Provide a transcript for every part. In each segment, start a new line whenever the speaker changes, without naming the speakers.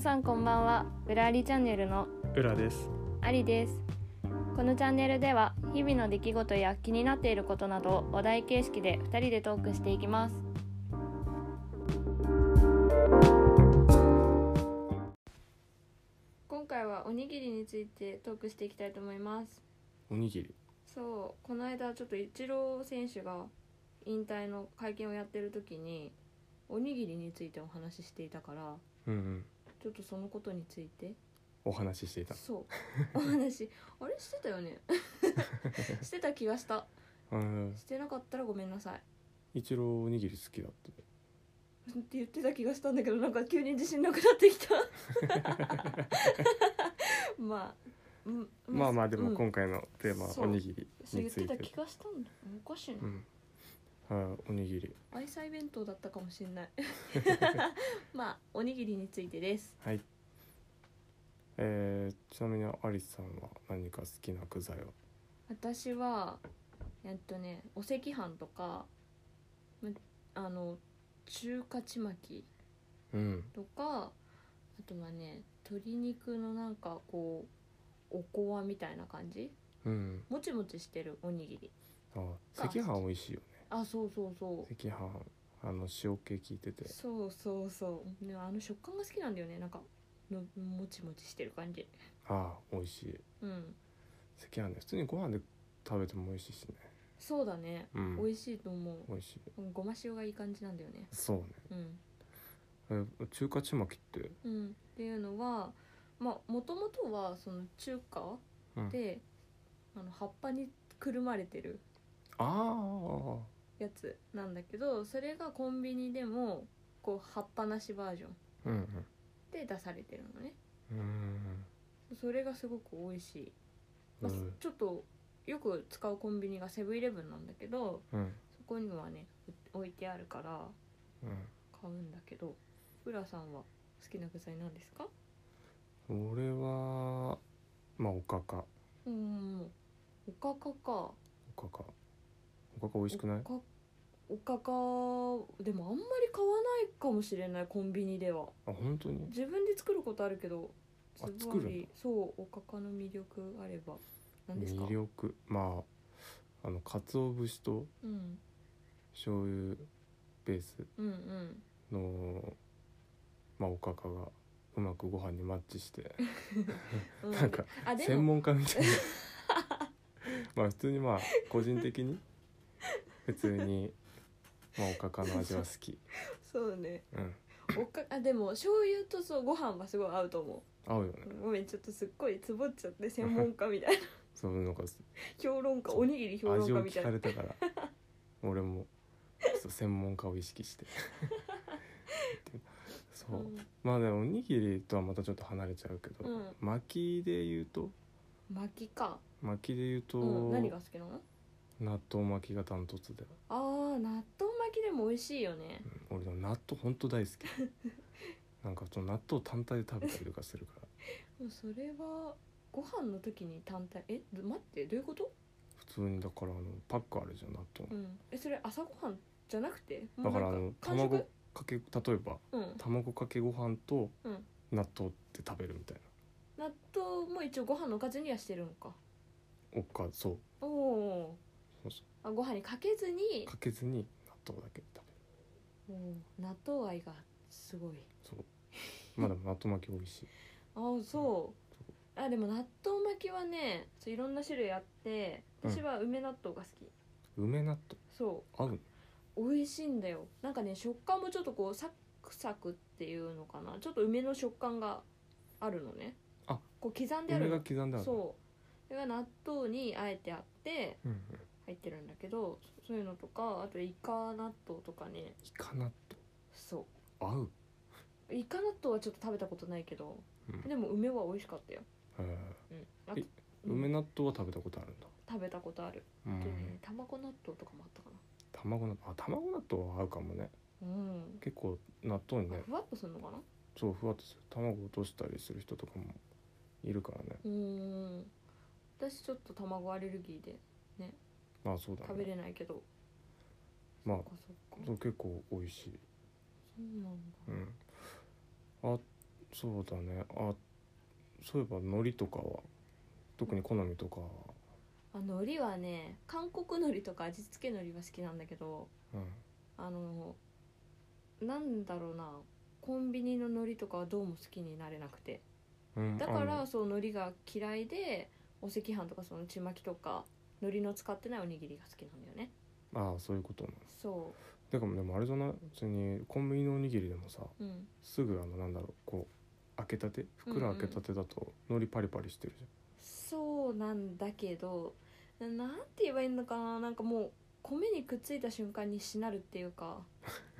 さんこんばんは裏ありチャンネルの
裏です
ありですこのチャンネルでは日々の出来事や気になっていることなどをお題形式で2人でトークしていきます今回はおにぎりについてトークしていきたいと思います
おにぎり
そうこの間ちょっとイチロー選手が引退の会見をやってる時におにぎりについてお話ししていたから
うんうん
ちょっとそのことについて
お話ししていた
そうお話あれしてたよ ねしてた気がした
うん
してなかったらごめんなさい
一郎おにぎり好きだって
って言ってた気がしたんだけどなんか急に自信なくなって きたまあ、うん
まあまあで
う
も
ん
今回のテーマは
そう
おにぎり
そう言
に
っ
つ
て
い
た
て
気がしたんだおかしいな、
うんはいおにぎり
愛妻弁当だったかもしれない まあおにぎりについてです
はいえー、ちなみにアリスさんは何か好きな具材は
私はえっとねお赤飯とかむあの中華ちまき
うん
とかあとはね鶏肉のなんかこうおこわみたいな感じ
うん
もちもちしてるおにぎり
あ赤飯美味しいよね
あそうそうそう
赤飯あの塩気効いてて
そうそうそうねあの食感が好きなんだよねなんかのもちもちしてる感じ
ああ美味しい
うん
赤飯ね普通にご飯で食べても美味しいしね
そうだね
うん
美味しいと思う
美味しい
ごま塩がいい感じなんだよね
そうね
うん、
え中華ちまきって
うん、っていうのはまあもともとはその中華
うん
で、あの葉っぱにくるまれてる
ああ
やつなんだけどそれがコンビニでもこう葉っぱなしバージョン
うんうん
で出されてるのね
うーん
それがすごく美味しい、まあ
うん
ちょっとよく使うコンビニがセブンイレブンなんだけど
うん
そこにはねう置いてあるから買うんだけど浦さんは好きな具材なんですか
うん俺はまあおかか
うんおかかか
おかかおかか美味しくな
お
い
かおかかでもあんまり買わないかもしれないコンビニでは
あ本当に
自分で作ることあるけど
あ
すご
作るん
いそうおかかの魅力あれば何ですか
魅力まああの鰹節と
うん、
醤油ベース
うんうん
のまあおかかがうまくご飯にマッチして
うん
なんか
あで
専
も
門家みたいな まあ普通にまあ個人的に普通にまあおかかの味は好き
そうね
うん
おかあでも醤油とそうご飯はすごい合うと思
合うよね
うごめんちょっとすっごいつぼっちゃって専門家み たいな
そういうのが
評論家
そう
おにぎり評論
味
家
を
みた
聞
い
か
な
れたから俺もそう専門家を意識して そ
う
う、
ん
まあでもおにぎりとはまたちょっと離れちゃうけど、
うん
巻きで言うと
巻きか、
巻きで言うと、
うん、何が好きなの
納豆巻きがダントツで、
あー納豆巻きでも美味しいよね
うん、俺でも納豆ほんと大好き なんかその納豆単体で食べたりとかするから
でもそれはご飯の時に単体えど待ってどういうこと、
普通にだからあのパックあるじゃん納豆
う、ん、えそれ朝ごはんじゃなくても
だ
う
からあ
なん
の
完食
卵かけ例えば
うん、
卵かけご飯と
うん
納豆って食べるみたい
納豆も一応ご飯のおかずにはしてるのか
なおかそう
おお
そうそう
あご飯にかけずに
かけずに納豆だけ食
おー納豆愛がすごい
べるそうまあでも納豆巻き美味しい
あーそうあでも納豆巻きはねそういろんな種類あって
うん
私は梅納豆が好き、
梅納
そ
豆合う
う美味しいんだよなんかね食感もちょっとこうサクサクっていうのかなちょっと梅の食感があるのね
あ
こう刻んで
の
ある
梅が
の
刻んであるの
そうそれが納豆にあえてあって
うんうん
入ってるんだけどそそういうのとかあとイカ納豆とかね
イカ納
そ
豆合う
うイカ納豆はちょっと食べたことないけど、
うん
でも梅は美味しかったよ、
へえ
うん、あと
え
うん
梅納豆は食べたことあるんだ
食べたことある
う
あとね
ん
卵納豆とかもあったか
卵納豆あ卵納豆は合うかもね
なうん
結構納豆に
あ
ね
ふわっとするのかな
そうふわっとする卵落としたりする人とかもいるからね
うーん私ちょっと卵アレルギーで
まあそうだ
食べ
ね
れないけど
まあ
そっかそっか
そう結構美味しい
そうなんだ
うんあそうだねあそういえば海苔とかは特に好みとかは
あ海苔はね韓国海苔とか味付け海苔は好きなんだけど
うん
あのなんだろうなコンビニの海苔とかはどうも好きになれなくて
うん
だか
あ
ら
の
そう海苔が嫌いでお赤飯とかそのちまきとか海苔の使ってないおにぎりが好きなんだよね
ああそういうことね
そ
だからでもあれじゃない普通にコンビニのおにぎりでもさ
ううん
すぐあのなんだろうこう開けたて袋開けたてだと海苔パリパリしてるじ
そうなんだけどななんて言えばいいのかななんかもう米にくっついた瞬間にしなるっていうか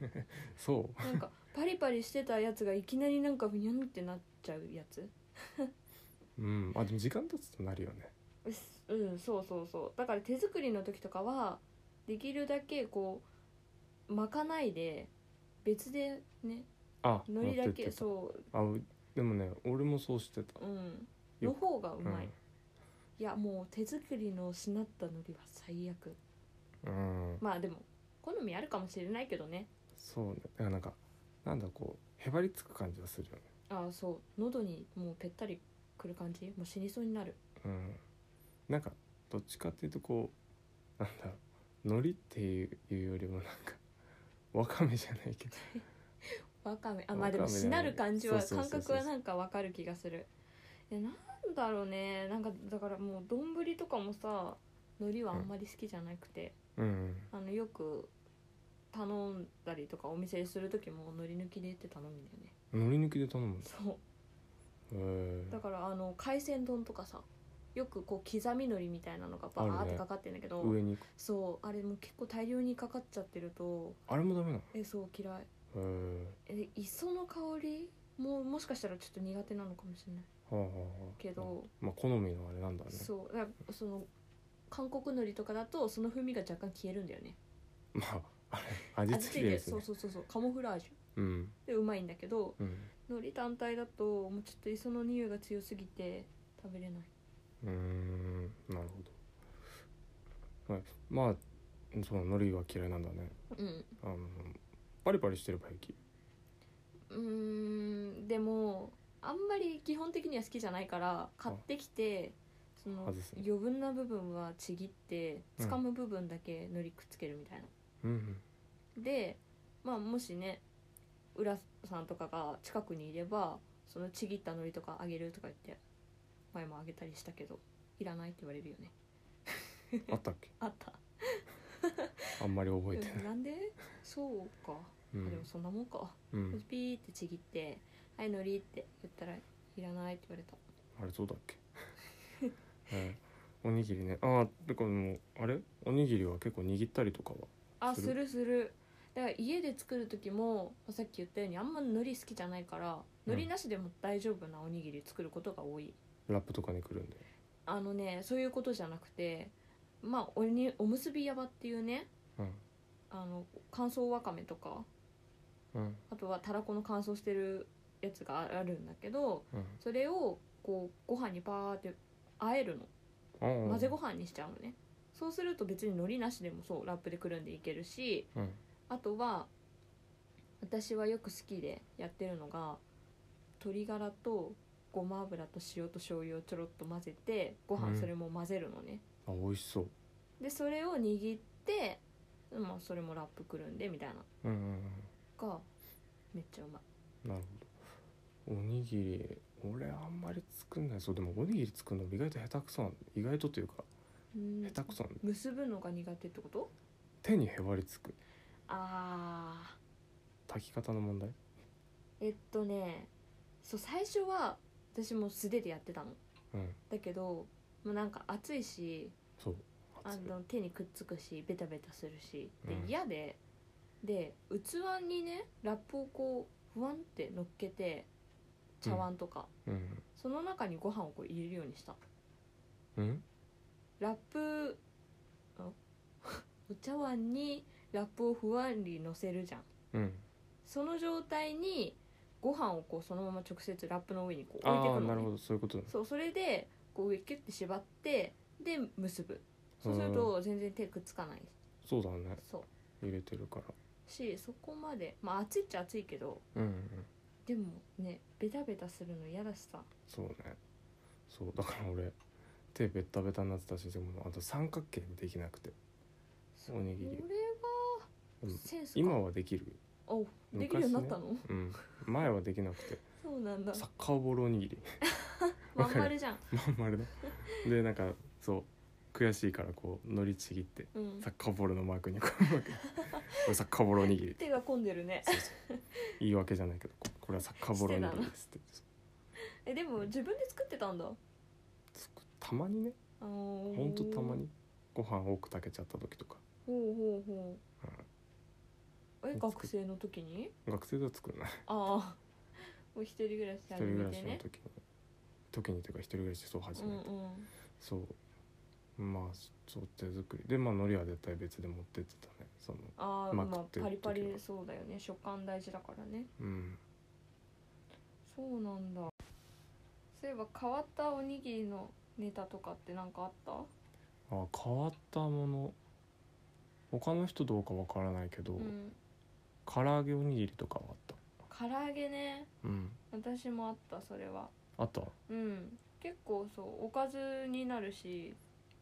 ゃん、そう
なん かパリパリしてたやつがいきなりなんかふにゃんってなっちゃうやつ
うんあでも時間経つとなるよね
うっすうんそうそうそうだから手作りの時とかはできるだけこう巻かないで別でね
あ
海苔だけ
う
そ
あうでもね俺もそうしてた
ううん
よ
の方がう
うん
まい、いやもう手作りのしなった海苔は最悪
うん、
まあでも好みあるかもしれないけどね
そうねだからなんかなんだこうへばりつく感じはするよね
ああそう喉にもうぺったりくる感じもう死にそうになる
うんなんかどっちかっていうとこうなんだろう海苔っていうよりもなんかわかめじゃないけど
わかめあまあでも
わかめだね
しなる感じは
そうそう
感
そうそう
覚はなんかわかる気がするえなんだろうねなんかだからもう丼とかもさ海苔はあんまり好きじゃなくて、
うん
あのよく頼んだりとかお店でする時も海苔抜きでって頼むんだよね
海苔抜きで頼むんだ
そう
へえ
だからあの海鮮丼とかさよくこう刻み海苔みたいなのがバー
あ
っ
る
て
ね
かかってんだけど、
上に
そうあれも結構大量にかかっちゃってると
あれもダメなの
えそう嫌い
へえ
え磯の香りももしかしたらちょっと苦手なのかもしれない
はあはあはあ
けど、
まあ好みのあれなんだね
そうだからその韓国海苔とかだとその風味が若干消えるんだよね
まああれ味付けです
そう
ね
そうそうそうカモフラージュ
うん
でうまいんだけど
うん
海苔単体だともうちょっと磯の匂いが強すぎて食べれないう
ーんなるほど、はい、まあそう海苔は嫌いなんだね
うん
あのパリパリしてれば平気
うーんでもあんまり基本的には好きじゃないから買ってきてその
外すね
余分な部分はちぎって
うん
掴む部分だけのりくっつけるみたいな、
うん
でまあもしね浦さんとかが近くにいればそのちぎったのりとかあげるとか言って前もあげたりしたけどいらないって言われるよね
あったっけ
あった
あんまり覚えてない、
なんでそうか、
う
あでも
ん
そんなもんか、
うん、
ピーってちぎって「はいのり」って言ったら「いらない」って言われた
あれそうだっけ、 えーおにぎりねああてかもうあれおにぎりは結構握ったりとかは
あ
す
す
る
るするだから家で作る時もさっき言ったようにあんま海苔好きじゃないから
うん
海苔なしでも大丈夫なおにぎり作ることが多い、
ラップとかにくるんで
あのねそういうことじゃなくてまあおにおむすびやばっていうね
うん
あの乾燥わかめとか
うん
あとはたらこの乾燥してるやつがあるんだけど
うん
それをこうご飯にパーって和えるの
あー
混ぜご飯にしちゃうのねそうすると別に海苔なしでもそうラップでくるんでいけるし
うん
あとは私はよく好きでやってるのが鶏ガラとごま油と塩と醤油をちょろっと混ぜてご
うん
飯それも混ぜるのね、
あ美味しそう
でそれを握って、まあ、それもラップくるんでみたいな
うんうんうん
のがめっちゃうまい
なるほどおにぎり俺あんまり作んないそうでもおにぎり作るの意外と下手くそなん意外とというか
うん
下手くそなん
結ぶのが苦手ってこと
手にへばりつく
あー
炊き方の問題
えっとねそう最初は私も素手でやってたの
うん
だけどもうなんか暑いし
そう
あ
熱い
の手にくっつくしベタベタするしで
うん
嫌で、で器にねラップをこうふわんって乗っけて茶碗とか、
うん
その中にご飯をこう入れるようにした
うん
ラップあ お茶碗にラップをふわんに乗せるじゃん
うん
その状態にご飯をこうそのまま直接ラップの上にこう
あ
置いていくの、
あ
ね、
なるほどそういうことね
そうそれでこう上キュッて縛ってで結ぶそうすると全然手くっつかない、
そうだね
そう
入れてるから
しそこまでまあ暑いっちゃ暑いけど
うんうん
でもねベタベタするの嫌だしさ
そうねそうだから俺手ベッタベタになってたしでもあと三角形もできなくておにぎり
こ
う
れは
ん
センスか
今はできるよ
おできるようになったの、
うん前はできなく て
そう なんだ
サッカーボールおにぎり
ま
わ
ん
かる
丸じゃん
まん丸のでなんかそう悔しいからこうのりちぎって
うん
サッカーボールのマークにこううまくこれサッカーボールおにぎり
手が込んでるね
そうそう言い訳じゃないけどここれはサッカーボールおにぎりですってそう
えでも自分で作ってたんだ
作ったまにね
あー
ほんとたまにご飯多く炊けちゃった時とか、
ほうほうほ
う
うえ
作っ
学生の時に
ん、学生では作らない
ああ もう一人暮らし
一
始
人暮
め
ら
て
しの
ね
時に時にというか一人暮らしそう始
うん
め
う
て、
ん
そうまあそう手作りでまあ海苔は絶対別で持ってってたねその
ああ
ま
ま
あ食って
あ
る
パリパ
時
リ
は
そうだよね食感大事だからね
うん
そうなんだそういえば変わったおにぎりのネタとかって何かあった
あ変わったもの他の人どうかわからないけど、
うん
唐揚げおにぎりとかはあった
唐揚げね
うん
私もあったそれは
あった
うん結構そうおかずになるし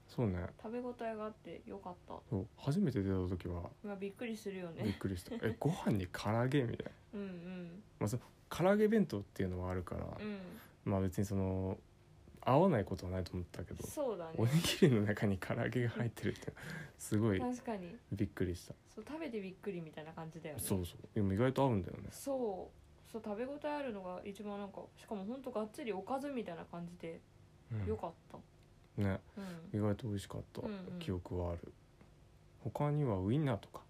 そうね
食べ応えがあってよかった
そう初めて出た時は
まあびっくりするよ
びっ
ね
くりしたえご飯に唐揚げみたいな
うんうん
唐揚げ弁当っていうのはあるから、
うん
まあ別にその合わないことはないと思ったけど
そうだ
おに
ね
ぎりの中に唐揚げが入ってるってすごい
確かに
びっくりした
そう食べてびっくりみたいな感じだよね
そうそうでも意外と合うんだよね
そうそう食べ応えあるのが一番なんかしかもほんとがっつりおかずみたいな感じで
うん
よかった
ね
うん、
意外と美味しかった、
うんうん
記憶はある他にはウインナーとか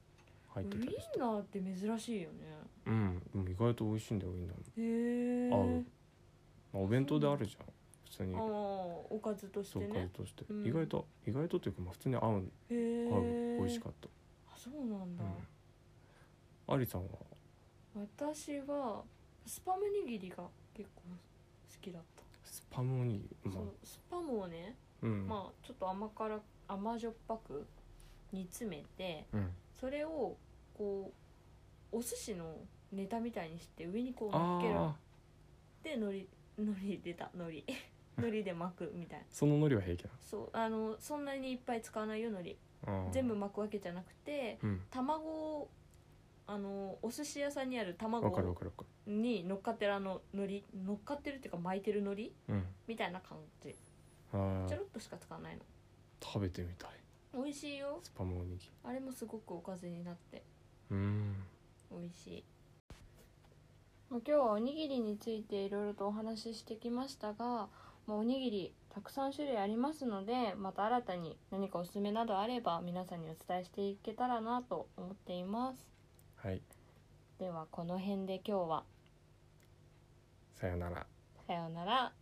入っ
ウ
て
イ
たりし
ンナーって珍しいよね
たうんでも意外と美味しいんだよウインナーも、
へえ
合うまあ、お弁当であるじゃん普通に
ああおかずとし
そ
て
うおかず
ね
として、
うん
意外と意外とというかまあ普通に合う
へえ
合う美味しかった
あそうなんだ、
うん、ありさんは
私はスパム握りが結構好きだった、
スパムおにぎりま
そ
あ
うスパムをね、
うん、
まあちょっと甘辛甘じょっぱく煮詰めて
うん、
それをこうお寿司のネタみたいにして上にこう乗っける
ああ
で海苔海苔出た 海苔海苔で巻くみたいな
その海苔は平気
そうあのそんなにいっぱい使わないよ海苔
なのあー
全部巻くわけじゃなくて
うん
卵をあのお寿司屋さんにある
わかるわ
卵
かるわか
に乗っかってるあの海苔乗っかってるっていうか巻いてる海苔
るうん
みたいな感じ
あ
ちょ
ー
ろっとしか使わない
食べてみたい
の美味しいよ
スパムおにぎり
あれもすごくおかずになって
うん
美味しいまあ今日はおにぎりについていろいろとお話ししてきましたが、まあ、おにぎりたくさん種類ありますのでまた新たに何かおすすめなどあれば皆さんにお伝えしていけたらなと思っています
はい
ではこの辺で今日は
さよなら
さようなら